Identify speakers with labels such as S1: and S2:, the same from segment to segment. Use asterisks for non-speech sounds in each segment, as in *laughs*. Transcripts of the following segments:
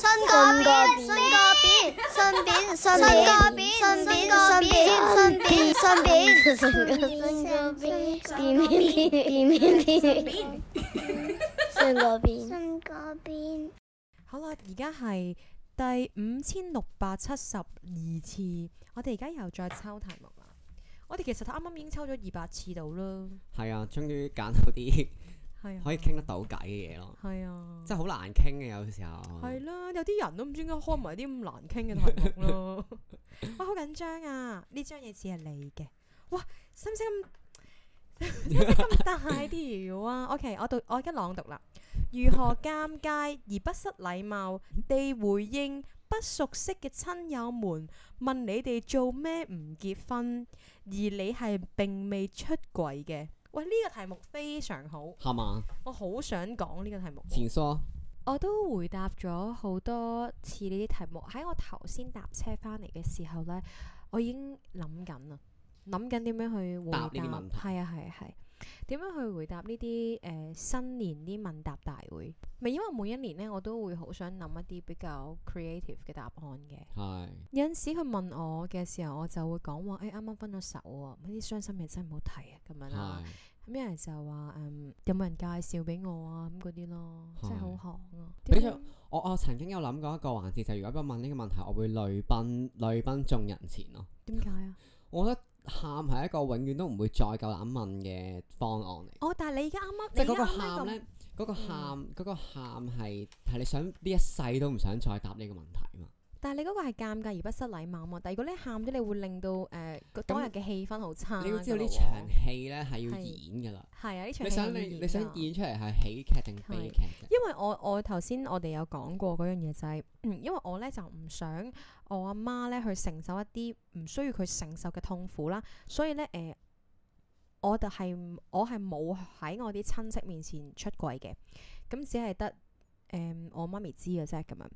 S1: 個便，信個便，信個便，信個便，信便，信便，信個便，信個便，
S2: 便便便便便便，信個便。
S1: 信個便。
S3: 好啦，而家係第五千六百七十二次，我哋而家又再抽題目啦。我哋其實啱啱已經抽咗二百次到啦，
S4: 係啊，終於揀到啲
S3: 係啊，
S4: 可以傾得到偈嘅嘢咯，
S3: 係啊，
S4: 真係好難傾嘅有時候。
S3: 係啦，有啲人都唔知點解開埋啲咁難傾嘅題目咯。哇，好緊張啊！呢張嘢似係你嘅。哇，使唔使咁使唔使咁大條啊？OK，我讀我而家朗讀啦。如何尷尬而不失禮貌地回應不熟悉嘅親友們問你哋做咩唔結婚，而你係並未出軌嘅？喂，呢、個題目非常好，
S4: 係嘛？
S3: 我好想講呢個題目喎。
S4: 前疏
S3: 我都回答咗好多次呢啲題目。喺我頭先搭車翻嚟嘅時候呢，我已經諗緊啦，諗緊點樣去回
S4: 答
S3: 答
S4: 呢啲問題
S3: 係啊係啊係，點樣去回答呢啲誒新年啲問答大會？咪因為每一年呢，我都會好想諗一啲比較 creative 嘅答案嘅。
S4: 係
S3: 有陣時佢問我嘅時候，我就會講話：誒哎啱啱分咗手啊，呢啲傷心嘢真係唔好提啊，咁樣啦。
S4: 係
S3: 咁有人就話誒、嗯有冇人介紹俾我啊咁嗰啲咯，真係好行啊！
S4: 俾咗
S3: 點樣
S4: 我我曾經有諗過一個環節，就係如果俾我問呢個問題，我會淚奔淚奔眾人前咯。
S3: 點解啊？
S4: 我覺得喊係一個永遠都唔會再夠膽問嘅方案嚟。
S3: 哦，但係你而家啱啱
S4: 即係
S3: 你
S4: 嗰個
S3: 啱啱咁嗯
S4: 喊咧，嗰個喊，嗰個喊係係你想呢一世都唔想再答呢個問題嘛？
S3: 但係你嗰個係尷尬而不失禮貌嘛。但係如果你喊咗，你會令到誒個當日嘅氣啊氛好差。
S4: 你要知道呢
S3: 啲
S4: 場戲咧係要
S3: 係
S4: 演㗎啦，
S3: 係啊，呢場
S4: 你
S3: 戲
S4: 想
S3: 係
S4: 你
S3: 要
S4: 你想
S3: 㗎
S4: 演出嚟係喜劇定悲劇啫？
S3: 因為我我頭先我哋有講過嗰樣嘢就係、嗯因為我咧就唔想我阿媽咧去承受一啲唔需要佢承受嘅痛苦啦，所以咧誒、呃我就係、我係冇喺我啲親戚面前出櫃嘅，咁只係得誒我媽咪知嘅啫咁樣，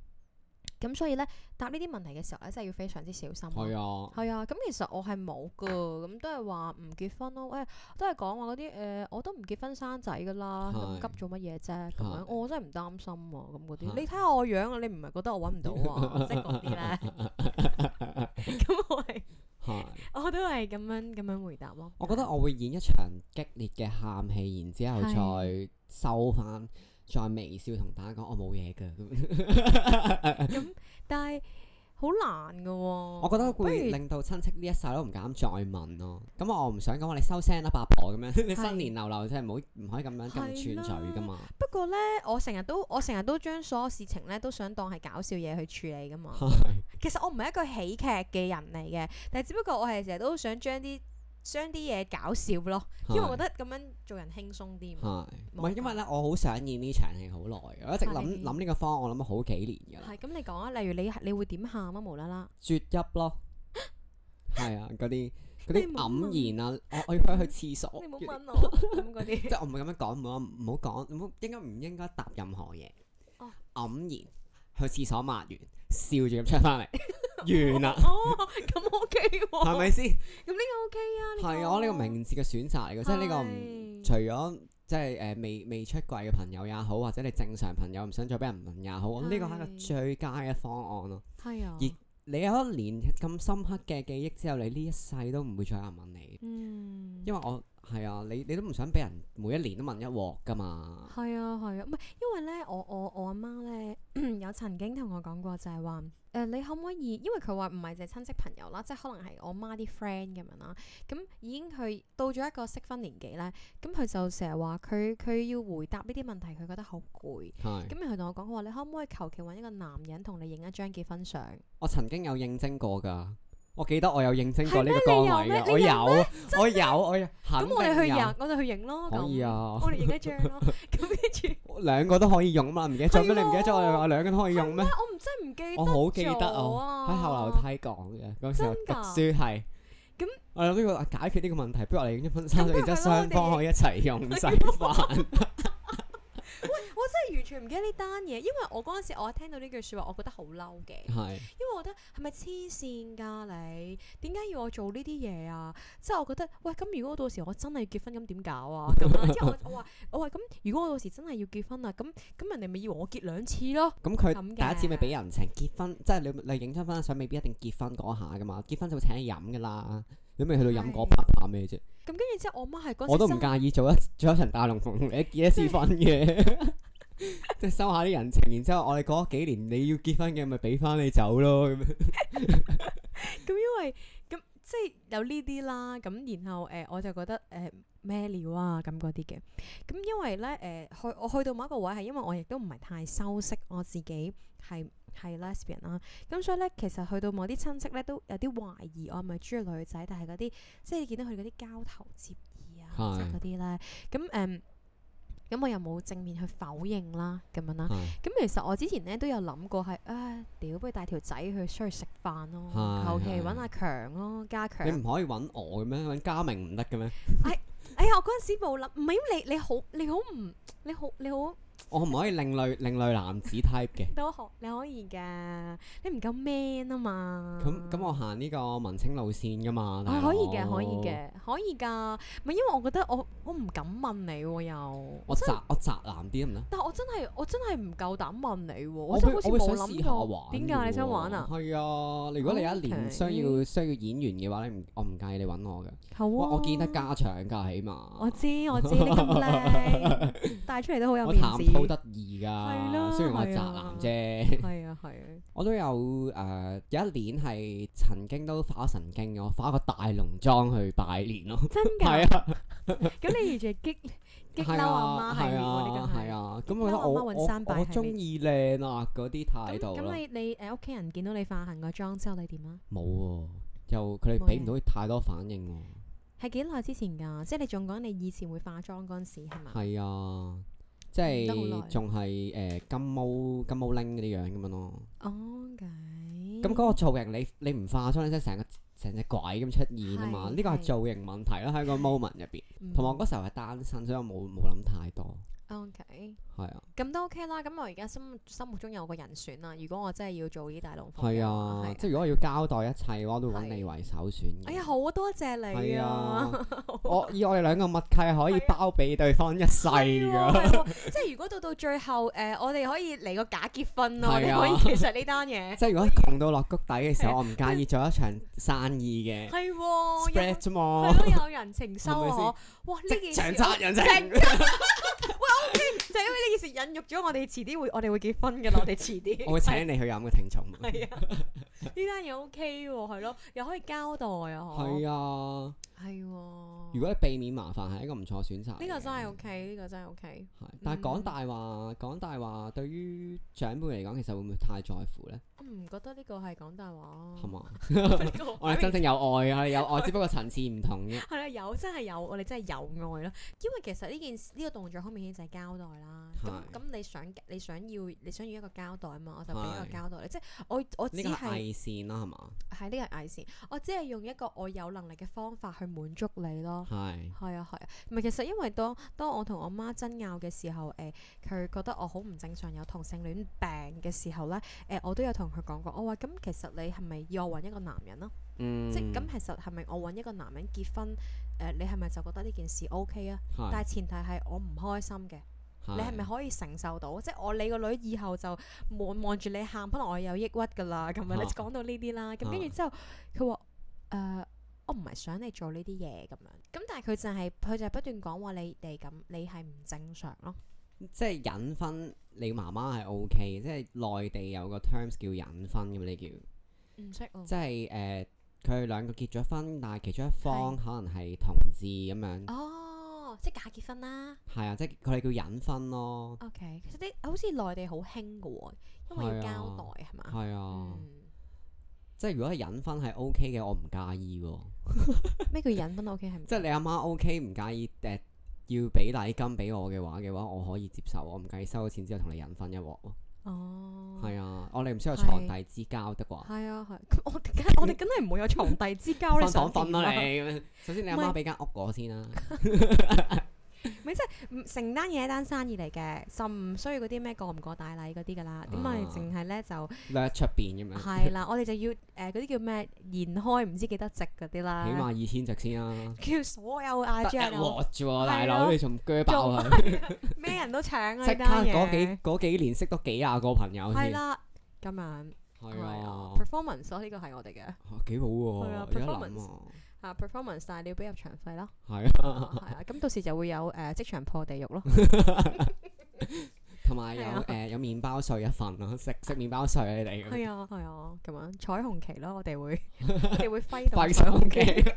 S3: 咁所以咧答呢啲問題嘅時候咧真係要非常之小心啦。
S4: 係啊，
S3: 係啊，咁其實我係冇噶，咁都係話唔結婚咯。誒、都係講話嗰啲誒，我都唔結婚生仔噶啦，咁
S4: 係
S3: 急做乜嘢啫？咁樣
S4: 係
S3: 我真係唔擔心喎、咁嗰啲
S4: 係
S3: 你睇下我樣啊，你唔係覺得我揾唔到
S4: *laughs*
S3: 啊？即係嗰啲咧，咁我係
S4: 係。
S3: 我都係咁樣咁樣回答咯。
S4: 我覺得我會演一場激烈嘅喊戲，然之後
S3: 係
S4: 再收翻，再微笑同大家講我冇嘢㗎。咁
S3: 但係好難噶喎、
S4: 我覺得
S3: 哦不如
S4: 會令到親戚呢一世都唔敢再問咯。咁我唔想講話你收聲啦，八婆咁樣。你新年流流真係唔好唔可以咁樣咁串
S3: 係啦
S4: 嘴㗎嘛。
S3: 不過咧，我成日都我成日都將所有事情咧都想當係搞笑嘢去處理噶嘛。其實我唔係一個喜劇嘅人嚟嘅，但係只不過我係成日都想將啲將啲嘢搞笑咯，因為我覺得咁樣做人輕鬆啲嘛。啊
S4: 係，唔係因為咧，我好想演呢場戲好耐嘅，我一直
S3: 係
S4: 諗諗呢個方案，我諗咗好幾年㗎啦，
S3: 係咁，你講啊，例如你你會點喊啊？無啦啦，
S4: 絕泣咯，
S3: *laughs*
S4: 係啊，嗰啲嗰
S3: 你
S4: 啲
S3: 冇
S4: 黯然啊，我我要翻去廁所
S3: 你唔好，
S4: 跟住
S3: 問
S4: *laughs*
S3: 我咁嗰啲。
S4: 即係我唔係咁樣講，唔好唔好講，唔好應該唔應該答任何嘢
S3: 哦，
S4: 黯然去廁所抹完，笑住咁出翻嚟，完啦，
S3: 哦，咁 OK 喎，
S4: 係咪先？
S3: 咁呢個 OK 啊？
S4: 係啊，我呢個明智嘅選擇嚟嘅，即係呢個唔。
S3: 係
S4: 除咗即係誒未未出櫃嘅朋友也好，或者你正常朋友唔想再俾人問也好，我呢個係一
S3: 係
S4: 個最佳嘅方案咯。
S3: 係啊，
S4: 而你有一年咁深刻嘅記憶之後，你呢一世都唔會再有人問你，
S3: 嗯。
S4: 因為我係啊，你你都唔想俾人每一年都問一鑊噶嘛。
S3: 係啊係啊，唔係因為咧，我我我阿媽咧 *clears throat* 有曾經同我講過就係話，誒、你可唔可以？因為佢話唔係淨係親戚朋友啦，即係可能係我媽啲 friend 咁樣啦。咁已經佢到咗一個適婚年紀咧，咁佢就成日話佢佢要回答呢啲問題，佢覺得好攰。
S4: 係，
S3: 咁佢同我講，佢話你可唔可以求其揾一個男人同你影一張結婚相？
S4: 我曾經有應徵過㗎，我記得我有應徵過呢個
S3: 係
S4: 崗
S3: 咩
S4: 位
S3: 你
S4: 㗎，
S3: 有
S4: 我
S3: 咩
S4: 有， *laughs* 我有，我有，
S3: 咁
S4: 肯
S3: 我哋去
S4: 定
S3: 影
S4: 有，，
S3: 我哋去影咯。
S4: 可以
S3: 咁
S4: 啊
S3: 我哋影一張
S4: *laughs*
S3: 咯。咁跟住，
S4: 兩個都可以用嘛，唔記得咗咩？
S3: 係
S4: 你唔記得咗我我兩個都可以用咩
S3: 係？我唔真係唔記得
S4: 我好記得
S3: 咗
S4: 我
S3: 啊
S4: 喺後樓梯講嘅嗰時候
S3: 真
S4: 讀
S3: 㗎
S4: 書係。
S3: 咁
S4: 我諗呢個解決呢個問題，不如我哋影咗婚紗
S3: 咁 *laughs*
S4: 相，然之後
S3: 不如係咯
S4: 雙方可以一齊用，唔使煩。
S3: 我真係完全唔記得呢單嘢，因為我嗰陣時我一聽到呢句説話，我覺得好嬲嘅，
S4: 係
S3: 因為我覺得係咪黐線㗎你？點解要我做呢啲嘢啊？即係我覺得喂，咁如果我到時我真係要結婚，咁點搞
S4: *laughs*
S3: 啊？咁啊，即係我我話我話咁，如果我到時真係要結婚啊，咁咁人哋咪以為我結兩次咯？
S4: 咁佢
S3: 咁
S4: 第一次咪
S3: 嘅
S4: 俾人情結婚，即係你你影張婚紗相未必一定結婚嗰下噶嘛，結婚就會請你飲噶啦，你咪去到飲嗰
S3: 係
S4: part 怕咩啫？
S3: 咁跟住之後，我媽係嗰陣時
S4: 我都唔
S3: 真係
S4: 介意做一做一場大龍鳳同你結一次婚嘅，
S3: *laughs*
S4: 即係收下啲人情，然之後我哋過咗幾年你要結婚嘅咪俾翻你走咯咁樣。
S3: *laughs* 咁因為咁即係有呢啲啦，咁然後誒、呃我就覺得誒咩料啊咁嗰啲嘅，咁因為咧誒、呃去我去到某一個位係因為我亦都唔係太修飾我自己係係 lesbian 啦，咁所以咧其實去到某啲親戚咧都有啲懷疑我係咪中意女仔，但係嗰啲即係你見到佢哋嗰啲交頭接耳啊，即係
S4: 係
S3: 嗰啲咧，咁誒。嗯咁我又冇正面去否認啦，咁樣啦。
S4: 係
S3: 咁其實我之前咧都有諗過係啊，屌不如帶條仔去出去食飯咯，
S4: 係
S3: 求其
S4: 係
S3: 揾阿強咯，加強
S4: 你。唔可以揾我嘅咩？揾嘉明唔得嘅咩？
S3: 哎呀，我嗰陣時冇諗，唔係因為你你好你好唔你好你好
S4: 我唔可以另類另類男子 type 嘅。
S3: 都可你可以㗎，你唔夠 man 啊嘛。
S4: 咁咁我哦行呢個文青路線噶
S3: 啊
S4: 嘛？大佬
S3: 可以嘅，可以。嘅，可以㗎。唔係因為我覺得我我唔敢問你喎又，
S4: 我宅我宅男啲得唔得？
S3: 但我真係我真係唔夠膽問你喎，
S4: 我
S3: 我真係好
S4: 會
S3: 似
S4: 我會
S3: 冇
S4: 想試
S3: 諗
S4: 下
S3: 過
S4: 玩。
S3: 點解你想玩啊？？
S4: 係啊，如果你有一年
S3: OK
S4: 需要需要演員嘅話，你唔我唔介意你揾我嘅。
S3: 好啊，
S4: 哇我見得家長㗎，起碼
S3: 我
S4: *laughs*
S3: 知我知，你咁靚，帶出嚟都好有
S4: 我
S3: 面
S4: 談吐
S3: 子。
S4: 得宜
S3: 係
S4: 㗎，
S3: 啦
S4: 雖然我係
S3: 係
S4: 宅
S3: 啊
S4: 男啫，
S3: 係啊係啊，
S4: *laughs* 我都有誒、呃有一年係曾經都化咗神經嘅，我化個大濃妝去拜年
S3: *laughs*
S4: 咯，
S3: 真
S4: 係
S3: 㗎。
S4: 啊，
S3: 咁你完全係激激
S4: 係
S3: 嬲阿
S4: 啊，
S3: 媽係嗰
S4: 係
S3: 啲
S4: 啊，
S3: 咁
S4: 係
S3: 係。
S4: 啊，咁我
S3: 激
S4: 覺
S3: 嬲
S4: 得
S3: 阿媽
S4: 我
S3: 搵衫
S4: 我
S3: 擺
S4: 我
S3: 係
S4: 中
S3: 咩
S4: 意靚啊嗰啲態
S3: 咁
S4: 度咯
S3: 咁，你你誒屋企人見到你化痕個妝之後，你點啊？
S4: 冇喎，又佢哋俾唔到太多反應喎。
S3: 係幾耐之前㗎？即係你仲講你以前會化妝嗰陣時係嘛？
S4: 係啊，即
S3: 得好耐
S4: 係仲係誒金毛金毛拎嗰啲樣咁樣咯。
S3: 哦，解。
S4: 咁嗰個造型你你唔化妝，你真係成個成隻鬼咁出現啊嘛！
S3: 係
S4: 呢個係
S3: 係
S4: 造型問題啦，
S3: *laughs*
S4: 喺個 moment 入邊。
S3: 嗯
S4: 同埋我嗰時候係單身，所以我冇冇諗太多。
S3: OK，
S4: 係啊，
S3: 咁都 OK 啦。咁我而家心心目中有個人選啦。如果我真係要做呢大龍鳳
S4: 係
S3: 嘅
S4: 啊，
S3: 話，係
S4: 即係如果我要交代一切嘅話，我都會揾
S3: 係
S4: 你為首選嘅。
S3: 哎呀，好多謝你
S4: 係
S3: 啊！
S4: 啊，我以我哋兩個默契可以
S3: 係啊
S4: 包庇對方一世
S3: 係
S4: 㗎。
S3: 喎係喎即係如果到到最後，诶，我哋可以嚟個假結婚
S4: *laughs*
S3: 咯，我
S4: 係
S3: 哋
S4: 啊
S3: 可以其實呢單嘢
S4: 即係如果窮到落谷底嘅時候，我唔介意做一場生
S3: *laughs*
S4: 意嘅
S3: 係喎，有
S4: spread 啫嘛
S3: 係。咯，有人情收
S4: 係咪先
S3: 我，哇！呢件
S4: 職
S3: 事
S4: 場
S3: *laughs* 我
S4: 殺人情，
S3: 成 *laughs* 就係因為呢件事引育咗我哋，遲啲會我哋會結婚
S4: *laughs*
S3: 㗎啦，我哋遲啲。
S4: 我會請你去飲嘅聽眾。
S3: *laughs* 係啊，呢單嘢 OK 喎，係咯，又可以交代啊，嗬。
S4: 係啊，
S3: 係喎。
S4: 如果你避免麻煩係一個唔錯選擇嘅。
S3: 哦呢個真係嗯 OK，呢個真係 OK。
S4: 係，但係講大話，講大話對於長輩嚟講，其實會唔會太在乎咧？
S3: 我唔覺得呢個係講大話。*laughs*
S4: 係嘛？
S3: 呢個
S4: 我哋真正有
S3: *laughs*
S4: 愛嘅，我哋有愛，只不過層次唔同啫。
S3: 係啦，有真係有，我哋真係有愛啦。因為其實呢件事呢、個動作好明顯就係交代啦。咁
S4: 係
S3: 咁你想你想要你想要一個交代啊嘛，我就俾一
S4: 係
S3: 個交代你。即係我我只
S4: 呢個係
S3: 係
S4: 偽善啦，係嘛？
S3: 係呢個係偽善，我只係用一個我有能力嘅方法去滿足你咯。
S4: 係
S3: 係啊係啊，唔係其實因為當當我同我媽爭拗嘅時候，誒、佢覺得我好唔正常，有同性戀病嘅時候咧，誒、我都有同佢講過，我話咁其實你係咪要我揾一個男人啊？
S4: 嗯，
S3: 即係咁，其實係咪我揾一個男人結婚？誒、呃你係咪就覺得呢件事 O K 啊？但係前提係我唔開心嘅，
S4: 係
S3: 你係咪可以承受到？即係我你個女以後就望望住你喊，可能我有抑鬱㗎啦，咁樣你
S4: 啊
S3: 講到呢啲啦，咁跟住
S4: 啊
S3: 之後佢話誒。我唔係想你做呢啲嘢咁樣，咁但係佢就係、佢就係不斷講話你哋咁，你係唔正常咯。
S4: 即係隱婚？你媽媽係 O K，即係內地有個 terms 叫隱婚咁，你叫
S3: 唔識喎。
S4: 即係誒，佢哋兩個結咗婚，但係其中一方可能係同志咁樣，
S3: 哦，即係假結婚啦。
S4: 係啊，即係佢哋叫隱婚咯，
S3: OK，其實啲好似內地好興嘅喎，因為要
S4: 係啊
S3: 交代係嘛？
S4: 係啊。
S3: 嗯
S4: 即係如果係隱婚係 O K 嘅，我唔介意喎。
S3: 嗯咩叫隱婚？O K 係唔
S4: 即係你阿媽 O K 唔介意誒、呃要俾禮金俾我嘅話嘅話，我可以接受，我唔介意收咗錢之後同你隱婚一鑊喎。
S3: 哦，
S4: 係啊，我哋唔需要
S3: 係
S4: 床底之交得啩。
S3: 係啊係。咁我
S4: *laughs*
S3: 哋梗我哋梗係唔會有床弟之交，你
S4: 分
S3: 想
S4: 房瞓
S3: 點
S4: 啦
S3: 啊
S4: 你咁樣，首先你阿
S3: 唔
S4: 媽
S3: 係
S4: 俾間屋我先啦，
S3: 咪即係成單嗯嘢一單生意嚟嘅，就唔需要嗰啲咩過唔過大禮嗰啲噶啦。咁我哋
S4: 啊
S3: 淨係咧就
S4: 掠出邊咁樣，
S3: 係啦，我哋就要誒嗰啲叫咩延開唔知幾多席嗰啲啦
S4: 起，碼二千隻先啦。
S3: 叫所有
S4: 得
S3: I G
S4: 一鑊啫喎，大
S3: 係
S4: 佬
S3: 咯
S4: 你仲鋸爆 *laughs* 啊！
S3: 咩人都搶啊
S4: *laughs* 即
S3: 呢
S4: 刻
S3: 單
S4: 嗰
S3: 嘢
S4: 幾，嗰幾年識多幾廿個朋友
S3: 係
S4: 先，
S3: 啦咁樣
S4: 係
S3: 係啊
S4: 啊，
S3: performance 咯呢個係我哋嘅
S4: 啊幾好喎，
S3: 係啊
S4: 有得諗
S3: performance
S4: 喎，
S3: 啊 performance，但係你要俾入場費咯。
S4: *laughs* 係啊，
S3: 啊係啊，咁到時就會有誒職場破地獄咯，
S4: 同埋有呃
S3: 係啊
S4: 誒有麵包碎一份
S3: *laughs*
S4: 咯，食食麵包碎你哋 *laughs* 咁，
S3: 係啊係啊，咁樣彩虹旗咯，我哋
S4: *laughs*
S3: 會我哋會揮動
S4: 快
S3: 彩
S4: 手
S3: 虹旗，
S4: 嘅。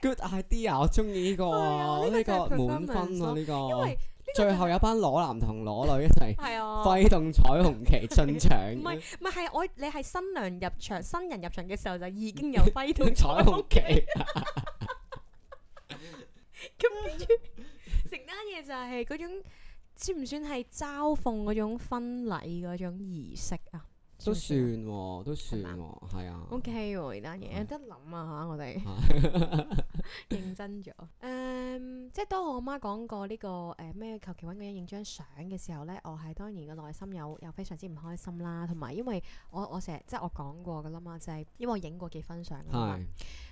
S4: Good idea，我中意呢個
S3: 啊
S4: 啊，
S3: 呢個真
S4: 呢
S3: 係
S4: 個
S3: performance
S4: 滿分啊，
S3: 咯
S4: 呢
S3: 因為
S4: 個。
S3: 呢個
S4: 哦最後有班裸男同裸女一
S3: *laughs*
S4: 齊
S3: 係啊，
S4: 揮動彩虹旗進場，
S3: 唔係
S4: *laughs*
S3: 唔係係我你係新娘入場新人入場嘅時候就已經有揮
S4: *laughs*
S3: 動
S4: 彩
S3: 彩
S4: 虹
S3: 虹，
S4: 旗。
S3: 咁跟住成單嘢就係嗰種算唔算係嘲諷嗰種婚禮嗰種儀式啊？
S4: 都
S3: 唔
S4: 算
S3: 啊 *laughs*
S4: 喎，都算
S3: 係
S4: 喎，係啊。
S3: OK 喎，呢單嘢有得諗啊嚇，我哋認真咗。誒、嗯即係當我媽講過呢、個誒咩，求其揾個人影張相嘅時候咧，我係當然個內心有有非常之唔開心啦，同埋因為我我成日即係我講過噶啦嘛，就係、因為我影過結婚相㗎嘛
S4: 係，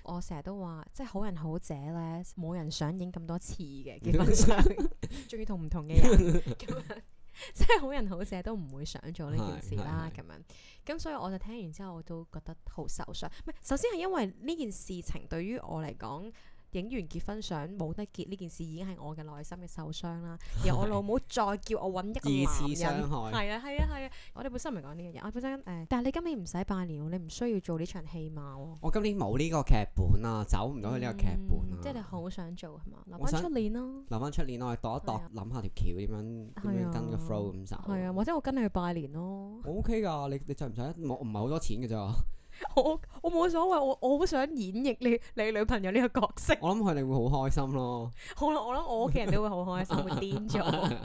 S3: 我成日都話即係好人好姐咧，冇人想影咁多次 *laughs* 嘅結婚相，仲要同唔同嘅
S4: *laughs*
S3: 人咁樣。即係好人好姐都唔會想做呢件事啦，
S4: 係
S3: 咁樣咁所以我就聽完之後我都覺得好受傷。唔係，首先係因為呢件事情對於我嚟講，影完結婚相冇得結呢件事已經係我嘅內心嘅受傷
S4: *laughs*
S3: 啦。而我老母再叫我揾一
S4: *laughs* 二
S3: 個
S4: 次
S3: 男
S4: 傷
S3: 人。
S4: 害，
S3: 係啊係啊係啊！我哋本身唔係講呢樣嘢，我本身誒、但係你今年唔使拜年喎，你唔需要做呢場戲嘛喎。
S4: 我今年冇呢個劇本啊，走唔到去呢個劇本啊。
S3: 嗯即係你好想做係嘛？留
S4: 我
S3: 翻
S4: 想
S3: 出年咯。
S4: 留翻出年，我哋度一
S3: 係啊
S4: 度諗下條橋點樣點樣跟
S3: 係
S4: 個
S3: 啊
S4: flow 咁走。
S3: 係啊，或者我跟你去拜年咯。
S4: 我 OK 㗎，你你制唔制？冇唔係好多錢㗎咋。 *laughs*
S3: 我我冇所謂，我我好想演繹你你女朋友呢個角色。 *laughs*
S4: 我諗佢哋會好開心咯，
S3: 好啦，我諗我屋企人都會好開心，會癲咗。我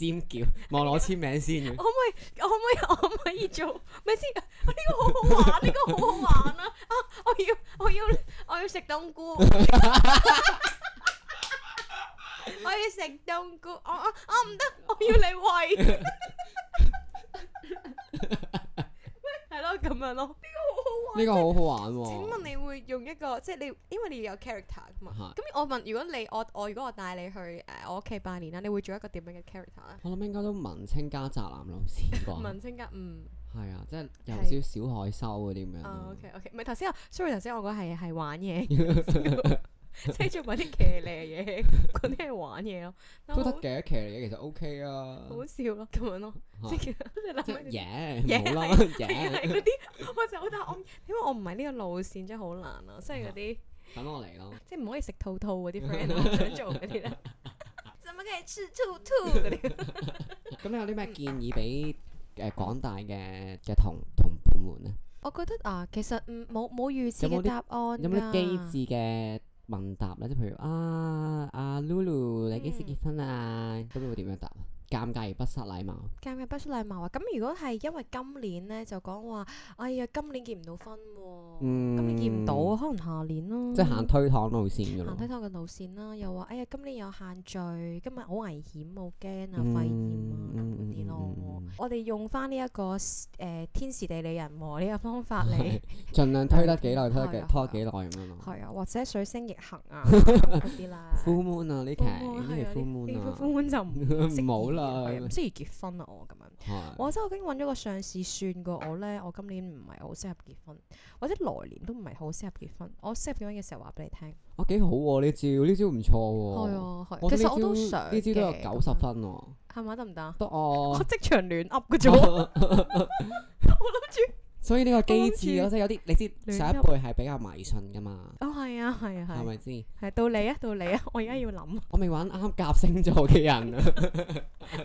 S4: 尖叫，望攞簽
S3: *laughs*
S4: 名先嘅。
S3: 可唔可以？我可唔可以？我可唔可以做？咪先，呢、個好好玩，呢、個好好玩啊！啊，我要我要我要食冬菇。 *laughs* 我要食冬菇，我我我唔得，我要你喂， *laughs* 係咯咁樣咯，呢、個好好玩。
S4: 呢個好好玩
S3: 請
S4: 喎。
S3: 問你會用一個即係你，因為你要有 character 噶嘛
S4: 嚇。
S3: 咁我問，如果你我我如果我帶你去誒、呃我屋企拜年啦，你會做一個點樣嘅 character 咧？
S4: 我諗應該都文青加宅男路線啩。
S3: 文青格，嗯，
S4: 係啊，即係有少少害羞嗰啲咁樣
S3: 啊
S4: 咯。
S3: OK OK，唔係頭先我，sorry 頭先我講係係玩嘢，即係做埋啲騎呢嘢，嗰啲係玩嘢咯，但
S4: 都
S3: 我
S4: 得
S3: 好
S4: 嘅，騎呢嘢其實 OK 啊。
S3: 好笑咯，咁樣咯，即係其實即係
S4: 即
S3: 諗
S4: 係
S3: 起 *laughs*
S4: *laughs* 耶，
S3: 嘢
S4: 唔好啦，
S3: 係
S4: 耶，
S3: 嗰啲，我就好但我因為我唔係呢個路線，真係好難啊，即係嗰啲。
S4: 等我嚟咯。
S3: 即係唔可以食兔兔嗰啲 friend，我想做嗰啲咧。怎麼可以吃兔兔嗰啲？
S4: 咁你有啲
S3: 嗯
S4: 咩建議俾誒廣大嘅嘅同同伴們咧？
S3: 我覺得啊，其實嗯冇冇預設
S4: 有
S3: 嘅
S4: 冇啲
S3: 答案㗎
S4: 有冇啲機智嘅問答咧？即係譬如啊，阿 Lulu，你幾時
S3: 嗯
S4: 結婚啊？咁你會點樣答啊？尷尬而不失禮貌。
S3: 尷尬不失禮貌啊！咁如果係因為今年咧，就講話，哎呀，今年結唔到婚喎，
S4: 嗯，
S3: 今年結唔到啊，可能下年咯。
S4: 即係行推搪路線㗎咯
S3: 行。低趟嘅路線啦，又話，哎呀，今年有限聚，今日好危險，好驚啊，
S4: 嗯
S3: 肺炎啊
S4: 嗯
S3: 咁嗰啲
S4: 嗯嗯
S3: 咯
S4: 嗯。
S3: 我哋用翻呢一個誒天時地利人和呢個方法
S4: *laughs*
S3: 嚟。
S4: 嗯盡量推得幾耐，推得
S3: 係啊
S4: 幾拖得幾耐咁樣咯。
S3: 係啊，或者水星逆行
S4: *laughs*
S3: 啊嗰啲啦。
S4: Full moon 啊，呢期
S3: Full moon，
S4: 呢
S3: 係啊
S4: 期 full
S3: 呢
S4: moon
S3: 呢
S4: 啊
S3: 個 full moon 就
S4: *laughs*
S3: 唔適宜
S4: 唔好啦
S3: 係啊唔適宜結婚啊！我咁樣，
S4: 係，
S3: 我真係已經揾咗個上司算過我咧，我今年唔係好適合結婚，或者來年都唔係好適合結婚。我適合結婚嘅時候話俾你聽。
S4: 我啊幾好喎呢招，呢招唔錯喎。
S3: 係啊，係。
S4: 覺得
S3: 其
S4: 呢
S3: 實我都
S4: 招
S3: 想
S4: 呢招都有
S3: 嘅
S4: 九十，
S3: 咁樣
S4: 分哦喎，
S3: 係咪得唔得啊？
S4: 得我
S3: 我。即場亂噏嘅
S4: 哦
S3: 啫喎， *laughs*
S4: 所以呢個機智
S3: 我諗住
S4: 咯，即係有啲你知
S3: 亂
S4: 上一
S3: 噏
S4: 輩係比較迷信噶嘛，
S3: 哦係啊係啊
S4: 係
S3: 係，
S4: 咪先？
S3: 係到你啊到你啊！ *laughs* 我而家要
S4: *laughs*
S3: 諗， *laughs*
S4: 我未玩啱夾星座嘅人啊，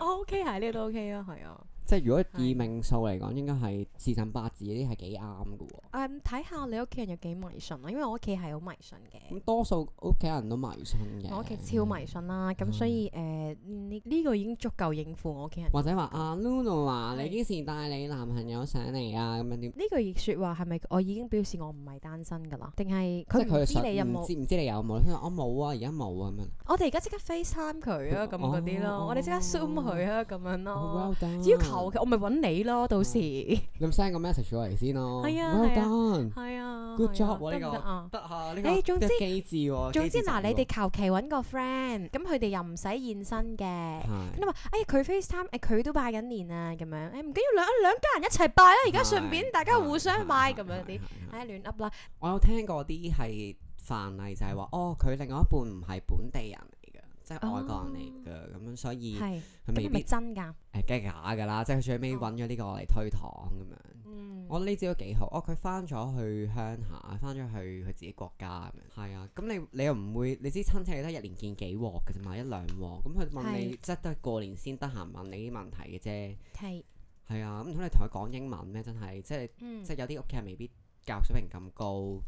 S3: 哦我 OK 係呢個都 OK 啊係啊，
S4: 即係如果以
S3: 係
S4: 命數嚟講，應該係時辰八字呢啲係幾啱嘅
S3: 誒
S4: 喎。
S3: 嗯睇下你屋企人有幾迷信啊啦，因為我屋企係好迷信嘅，
S4: 咁多數屋企人都迷信嘅，嗯
S3: 我屋企超迷信啦，咁所以誒呢呢個已經足夠應付我屋企人。
S4: 或者話啊 Lulu 話
S3: 係
S4: 你幾時帶你男朋友上嚟啊？咁樣點？
S3: 呢句説話係咪我已經表示我唔係單身㗎啦？定係
S4: 即
S3: 佢
S4: 係
S3: 唔
S4: 佢
S3: 知
S4: 實
S3: 你有
S4: 唔
S3: 冇？
S4: 知唔知你有冇？佢話我冇啊，而家冇啊咁樣。
S3: 我哋而家即刻 FaceTime 佢啊，咁嗰啲
S4: 哦
S3: 咯，我哋即刻 Zoom 佢啊，咁樣
S4: 哦嗯
S3: 咯。
S4: well done，
S3: 只要求其，我咪揾你咯，到時係
S4: 你咪 send 個 message 過嚟先咯。
S3: 係啊
S4: well
S3: 係啊
S4: done，
S3: 啊 *laughs*
S4: Good
S3: 係啊
S4: job 喎
S3: 得
S4: 呢
S3: 唔
S4: 個
S3: 得啊？
S4: 得下呢
S3: 誒總之
S4: 呢個機智
S3: 總
S4: 喎。
S3: 之
S4: 機智
S3: 嗱，
S4: 仔
S3: 你哋
S4: 喎
S3: 求其揾個 friend，咁佢哋又唔使現身嘅。
S4: 係
S3: 咁啊，哎呀佢 FaceTime，誒佢都拜緊年啊，咁樣，誒唔緊要，兩兩家人一齊拜啊啦，而家順便大家互相拜咁樣啲，。
S4: 係係係係
S3: 唉亂噏啦，
S4: 我有聽過啲係範例，就係話哦，佢另外一半唔係本地人嚟嘅，即係外國人嚟嘅，咁樣所以
S3: 哦係，
S4: 佢
S3: 咁
S4: 未
S3: 係咪
S4: 必
S3: 真㗎？
S4: 誒梗係假㗎啦，即係佢最尾
S3: 哦
S4: 揾咗呢個嚟推搪咁樣。
S3: 嗯，
S4: 我覺得呢招都幾好，哦佢翻咗去鄉下，翻咗去佢自己國家咁樣。係啊，咁你你又唔會，你知親戚你都係一年見幾鑊嘅啫嘛，一兩鑊。咁佢問你
S3: 係
S4: 即係都係過年先得閒問你啲問題嘅啫。
S3: 係，
S4: 係啊，咁唔通你同佢講英文咩？真係即係
S3: 嗯
S4: 即係有啲屋企人未必教育水平咁高，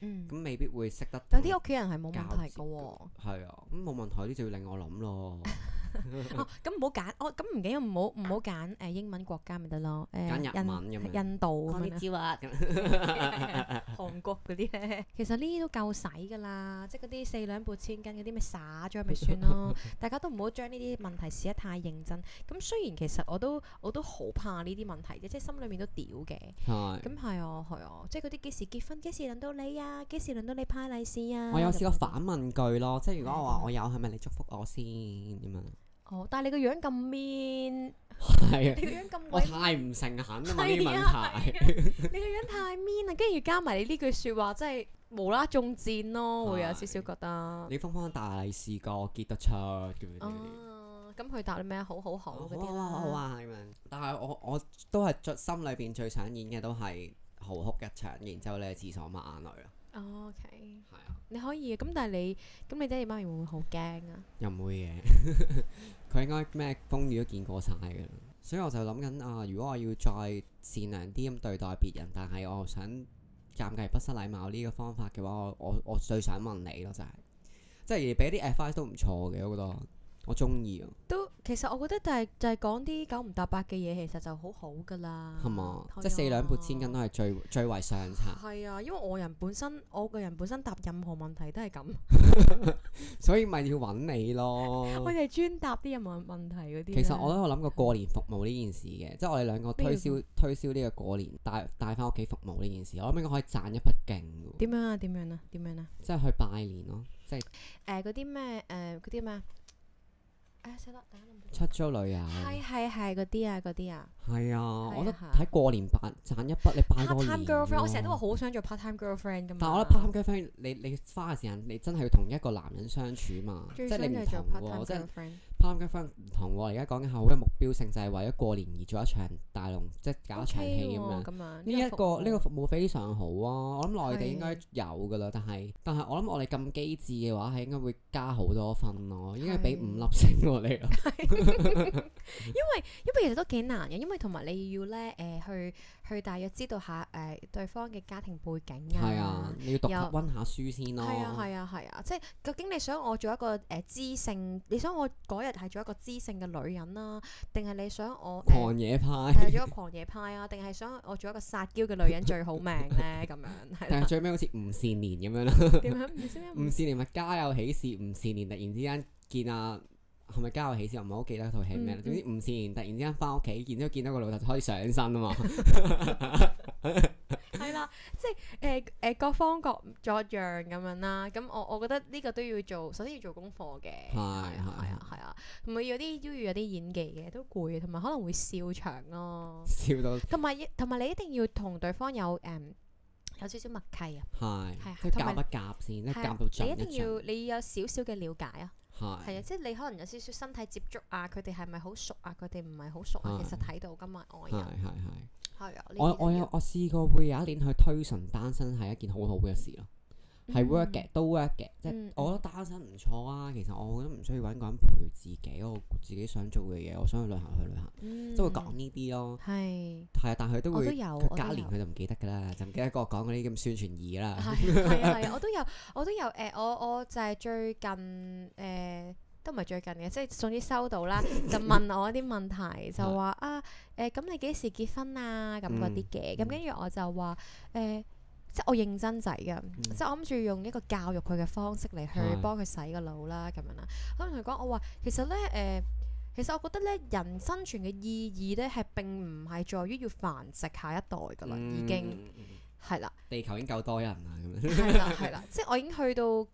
S3: 嗯，
S4: 咁未必會識得
S3: 有
S4: 同。
S3: 啲屋企人係冇問題
S4: 交
S3: 㗎喎。
S4: 係啊，咁冇問題，呢就要令我諗咯。
S3: 啊哦，咁唔好揀，哦，咁唔緊要，唔好唔好揀誒英文國家咪得咯，誒
S4: 揀日文咁樣
S3: 印印度咁樣啊，
S4: 招啊，咁
S3: *laughs* 韓國嗰啲咧，其實呢啲都夠使㗎啦，即係嗰啲四兩撥千斤嗰啲咪耍咗咪算 *laughs* 咯，大家都唔好將呢啲問題試得太認真。咁雖然其實我都我都好怕呢啲問題啫，即係心裏面都屌嘅。
S4: 係。
S3: 咁係啊係啊，即係嗰啲幾時結婚，幾時輪到你啊，幾時輪到你派利是啊。
S4: 我有
S3: 咁
S4: 試過
S3: 樣
S4: 反問句咯，即係如果我
S3: 嗯
S4: 話我有，係咪你祝福我先咁
S3: *laughs*
S4: 樣？
S3: 哦，但係你個樣咁 mean，
S4: 係
S3: 你
S4: 啊，
S3: 個樣咁
S4: 我
S3: 鬼
S4: 太唔誠懇啊嘛呢啲
S3: 係啊
S4: 問題。 *laughs*
S3: 你個樣太 mean 啦，跟住加埋你呢句説話，真係無啦啦中箭咯，會有少少覺得。
S4: 你封封大利是個結得出咁樣嗰啲。
S3: 哦，咁佢答你咩？好好好
S4: 好
S3: 嗰啲
S4: 啊
S3: 啦。
S4: 好啊咁樣。但係我我都係最心裏邊最想演嘅都係嚎哭一場，然之後咧廁所抹眼淚咯。
S3: 哦，OK，
S4: 係啊，
S3: 你可以嘅，咁但係你，咁你爹哋媽咪會唔會好驚啊？
S4: 又唔會嘅。 *laughs* 佢應該咩風雨都見過晒嘅啦。所以我就諗緊啊，如果我要再善良啲咁對待別人，但係我又想尷尬而不失禮貌呢個方法嘅話，我我我最想問你咯，就係、即係俾啲 advice 都唔錯嘅，我覺得我中意啊，
S3: 都其實我覺得就係就係講啲九唔搭八嘅嘢，其實就好好噶啦。
S4: 係嘛？
S3: 係
S4: 即係四兩撥千
S3: 啊
S4: 斤都係最最為上策。
S3: 係啊，因為我人本身，我個人本身答任何問題都係咁，
S4: 所以咪要揾你咯。
S3: 我哋係專答啲任何問題嗰啲呢。
S4: 哦其實我都有諗過過年服務呢件事嘅，即係我哋兩個推銷推銷呢個過年帶帶翻屋企服務呢件事，我諗應該可以賺一筆勁喎
S3: 點樣啊？點樣啊？點樣啊？
S4: 即係去拜年咯，即係
S3: 誒嗰啲咩誒嗰啲咩啊？誒死啦！大家諗唔到
S4: 出租旅遊。
S3: 係係係嗰啲啊嗰啲啊
S4: 係啊，
S3: 係啊
S4: 我覺得睇過年辦賺一筆，你拜個
S3: part
S4: 年
S3: time
S4: 喎。
S3: girlfriend，我成日都話好想做 part time girlfriend 噶嘛。
S4: 但係我覺得 part time girlfriend，你你花嘅時間，你真係要同一個男人相處嘛，即
S3: 最
S4: 係
S3: 想
S4: 你
S3: 就
S4: 唔
S3: 係做
S4: 同
S3: part
S4: 喎，即
S3: time
S4: 係
S3: girlfriend。
S4: part time girlfriend 唔同喎。而家講緊係好有目標性，就係為咗過年而做一場大龍，即係搞一場戲咁樣
S3: OK。喎咁啊，
S4: 呢一個呢個
S3: 服
S4: 服務非常好啊！我諗內地
S3: 係
S4: 應該有噶啦，但係但係我諗我哋咁機智嘅話，係應該會加好多分咯，應該俾
S3: 係
S4: 五粒星我哋咯。
S3: 務因為其實都幾難嘅，因為同埋你要咧誒去去大約知道下誒對方嘅家庭背景啊。
S4: 係啊，你要讀
S3: 有
S4: 下温下書先咯。
S3: 係啊係啊係啊，即係究竟你想我做一個誒、呃知性，你想我嗰日係做一個知性嘅女人啦、定係你想我誒
S4: 狂野派，
S3: 係做一個狂野派啊，定係想我做一個撒嬌嘅女人最好命咧？咁樣係
S4: *laughs* 但係
S3: 啦，
S4: 最尾好似吳善年咁樣啦。
S3: 點樣唔知咩
S4: 吳
S3: 唔
S4: 善年咪家有喜事，吳善年突然之間見啊，係咪家有喜事？我唔係好記得套戲咩啦。
S3: 嗯
S4: 總之吳善年突然之間翻屋企，然之後見到個老豆就可以上身啊嘛。
S3: 嗯係啦，即係誒誒各方各作樣咁樣啦。咁我我覺得呢個都要做，首先要做功課嘅，
S4: 係
S3: 係啊係
S4: 係
S3: 啊係啊，同埋有啲都要有啲演技嘅，都攰，同埋可能會笑場咯。
S4: 笑到
S3: 同埋同埋你一定要同對方有誒、有少少默契啊，
S4: 係
S3: 係啊，
S4: 即係
S3: 同
S4: 夾
S3: 埋
S4: 不夾先，即係
S3: 係啊
S4: 夾到盡
S3: 你一定要
S4: 盡。
S3: 你有少少嘅了解啊，
S4: 係
S3: 係啊，即係你可能有少少身體接觸啊，佢哋係咪好熟啊，佢哋唔係好熟啊，
S4: 係
S3: 其實睇到噶嘛外
S4: 嗯係
S3: 人
S4: 係係。
S3: 係啊，呢啲
S4: 我
S3: 都
S4: 我
S3: 要
S4: 有我試過會有一年去推崇單身係一件好好嘅事咯，係 work 嘅，都 work 嘅，即係
S3: 嗯
S4: 我覺得單身唔錯啊。其實我覺得唔需要揾個人陪自己，我自己想做嘅嘢，我想去旅行去旅行，
S3: 嗯
S4: 即係會講呢啲咯。
S3: 係
S4: 係啊，但係佢都
S3: 我
S4: 會
S3: 都有
S4: 佢
S3: 我都
S4: 隔
S3: 有
S4: 年佢就唔記得㗎啦，就唔記得我講嗰啲咁宣傳意 *laughs* 啦。
S3: 係係啊係啊，我都有我都有誒，我我就係最近誒。都唔係最近嘅，即係總之收到
S4: *laughs*
S3: 啦，就問我一啲問題，就話啊誒，咁、你幾時結婚啊？咁嗰啲嘅，咁
S4: 嗯
S3: 跟住我就話誒、即係我認真仔㗎，即係我諗住用一個教育佢嘅方式嚟去
S4: 嗯係
S3: 幫佢洗個腦啦，咁樣啦。咁同佢講，我話其實咧誒、其實我覺得咧，人生存嘅意義咧係並唔係在於要繁殖下一代㗎啦，已經
S4: 嗯嗯嗯
S3: 係啦。
S4: 地球已經夠多人啦，咁樣。
S3: 係
S4: *laughs*
S3: 啦，係啦，即係我已經去到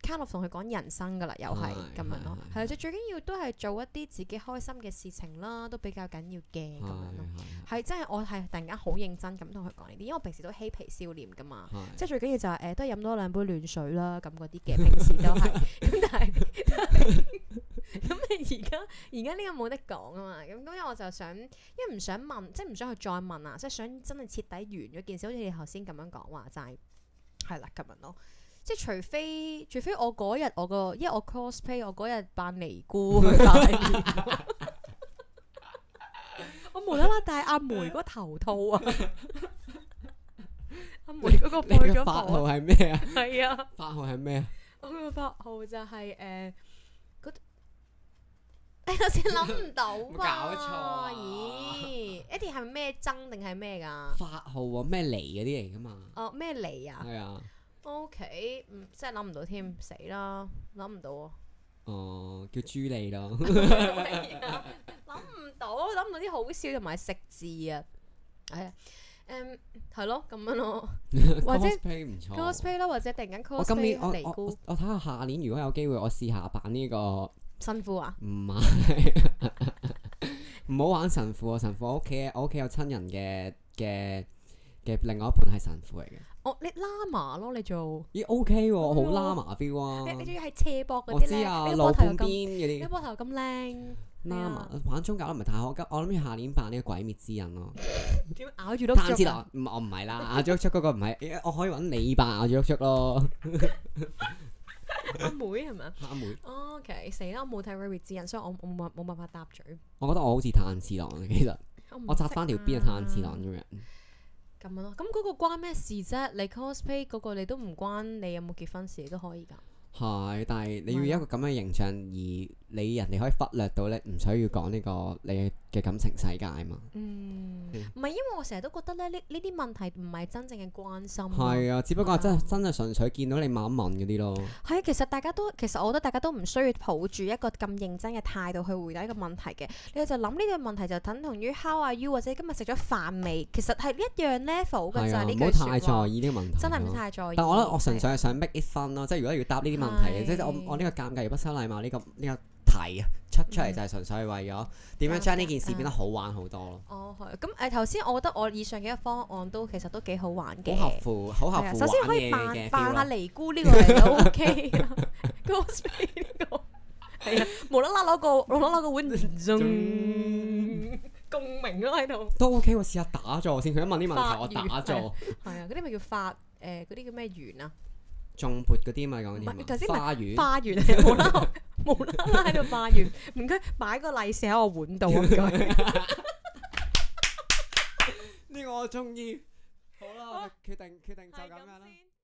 S3: 卡洛同佢講人生噶啦，又係
S4: 係
S3: 咁樣咯。
S4: 係
S3: 係啊，即係最緊要都係做一啲自己開心嘅事情啦，都比較緊要嘅咁樣咯。
S4: 係
S3: 係真係我係突然間好認真咁同佢講呢啲，因為我平時都嬉皮笑臉噶嘛。
S4: 係
S3: 即係最緊要就係、誒、都係飲多兩杯暖水啦，咁嗰啲
S4: *laughs*
S3: 嘅，平時都係。咁但係咁你而家而家呢個冇得講啊嘛，咁咁我就想，因為唔想問，即係唔想去再問啊，即係想真係徹底完咗件事，好似你頭先咁樣講話就係係啦咁樣咯。即係除非除非我嗰日我個，因為我 cosplay 我嗰日扮尼
S4: *laughs*
S3: 姑去拜年我無啦啦戴阿梅嗰頭套
S4: *laughs*
S3: 啊！阿梅嗰個
S4: 你
S3: 配
S4: 嘅
S3: 咗
S4: 法
S3: 火
S4: 號係咩啊？
S3: 係啊，
S4: 法號係咩啊？
S3: 我個八號就係誒嗰，哎我先諗唔
S4: *laughs*
S3: 到
S4: 冇
S3: 喎。
S4: 搞錯啊
S3: 咦？Eddie 係咩爭定係咩㗎？
S4: 法號喎，咩嚟嗰啲嚟噶嘛？
S3: 哦，咩嚟啊
S4: 係啊，
S3: ？OK，嗯，真係諗唔到添，死啦，諗唔 *laughs* 到啊！
S4: 哦，叫朱
S3: *laughs*
S4: 莉咯，
S3: 係啊諗唔到，諗唔到啲好笑同埋食字啊！係啊，誒係咯，咁樣咯
S4: cosplay 唔錯。
S3: ，cosplay 咯，或者突然間
S4: 我今
S3: cosplay
S4: 年我
S3: 尼
S4: 我
S3: 姑
S4: 我我睇下下年如果有機會，我試下扮呢個
S3: 辛苦啊！
S4: 唔係，唔好玩神父啊！神父我屋企我屋企有親人嘅嘅嘅另外一半係神父嚟嘅。
S3: 哦，你拉麻咯，你做。
S4: 咦 OK 喎，好
S3: 嗯
S4: 拉麻 feel 啊！
S3: 你你仲要係斜膊嗰
S4: 我
S3: 啲
S4: 知
S3: 咧，
S4: 啊，
S3: 你個
S4: 路
S3: 膊頭又
S4: 半
S3: 咁，
S4: 邊
S3: 你
S4: 嗰啲
S3: 個膊頭咁靚，
S4: 拉麻
S3: 啊
S4: 玩宗教都唔係太好，我諗住下年扮呢個鬼滅之刃咯。
S3: 點咬住碌
S4: 炭治
S3: 竹
S4: 郎
S3: 啊？
S4: 唔我唔
S3: *laughs*
S4: 係啦，阿 j o 嗰個唔係，咦我可以揾你扮阿 j o 咯，
S3: 阿妹係咪啊
S4: 阿妹，
S3: 哦？OK，死啦！我冇睇《Rabbit 之刃》，所以我我冇冇辦法搭嘴。
S4: 我覺得我好似炭治郎啊嘅，其實
S3: 唔
S4: 我紮翻條辮係炭治
S3: 嗯識啊
S4: 郎咁樣，
S3: 咁樣咯。咁嗰個關咩事啫？你 cosplay 嗰個你都唔關你有冇結婚事都可以㗎。
S4: 係，但係你要
S3: 嗯
S4: 有一個咁嘅形象，而你人哋可以忽略到咧，唔需要講呢個你嘅感情世界嘛，
S3: 嗯，
S4: 嗯
S3: 唔係因為我成日都覺得咧，呢呢啲問題唔係真正嘅關心咯。嗯
S4: 係啊，只不過真係真係純粹見到你問一問嗰啲咯，
S3: 係啊，其實大家都其實我覺得大家都唔需要抱住一個咁認真嘅態度去回答呢個問題嘅。你就諗呢個問題就等同於 How are you 或者今日食咗飯未，其實係一樣 level 嘅
S4: 係
S3: 咋
S4: 啊，
S3: 呢
S4: 唔
S3: 句
S4: 好太
S3: 説
S4: 在
S3: 話。
S4: 意呢個問題，
S3: 真係唔。太在意。
S4: 但我覺得我純粹係想 make it fun 咯，即係如果要答呢啲問題
S3: 係
S4: 嘅，即係我我呢個尷尬而不失禮貌呢個呢個題啊，出出
S3: 嗯
S4: 嚟就係純粹係為咗點樣將呢件事變得好玩好多咯，
S3: 哦，係咁誒頭先，我覺得我以上嘅方案都其實都幾好玩嘅。
S4: 好合乎好合
S3: 嗯係啊
S4: 乎
S3: 首先
S4: 玩
S3: 可以
S4: 嘢
S3: 扮
S4: 嘅
S3: 扮
S4: feel
S3: 下
S4: 咯。
S3: 尼姑呢個嚟 *laughs* 都 OK 啊 cosplay 呢個係啊，無啦啦攞個無啦啦攞個碗，
S4: 嗯
S3: 共鳴咯喺度。
S4: 都 OK 喎，試下打坐先。佢一問啲問題，我打
S3: 發語
S4: 坐
S3: 係啊，嗰啲咪叫法誒嗰啲叫咩圓啊？
S4: 仲撥嗰啲咪講
S3: 唔係
S4: 啲
S3: 頭先
S4: 嘛
S3: 咪
S4: 啊花園
S3: 化完係 *laughs* 無啦啦無啦啦喺度化完，唔該擺個利是喺我碗度啊，唔 *laughs* 該。
S4: 呢個我中意。好啦，
S3: 好
S4: 我
S3: 啊
S4: 決定決定就咁樣啦。
S3: 先。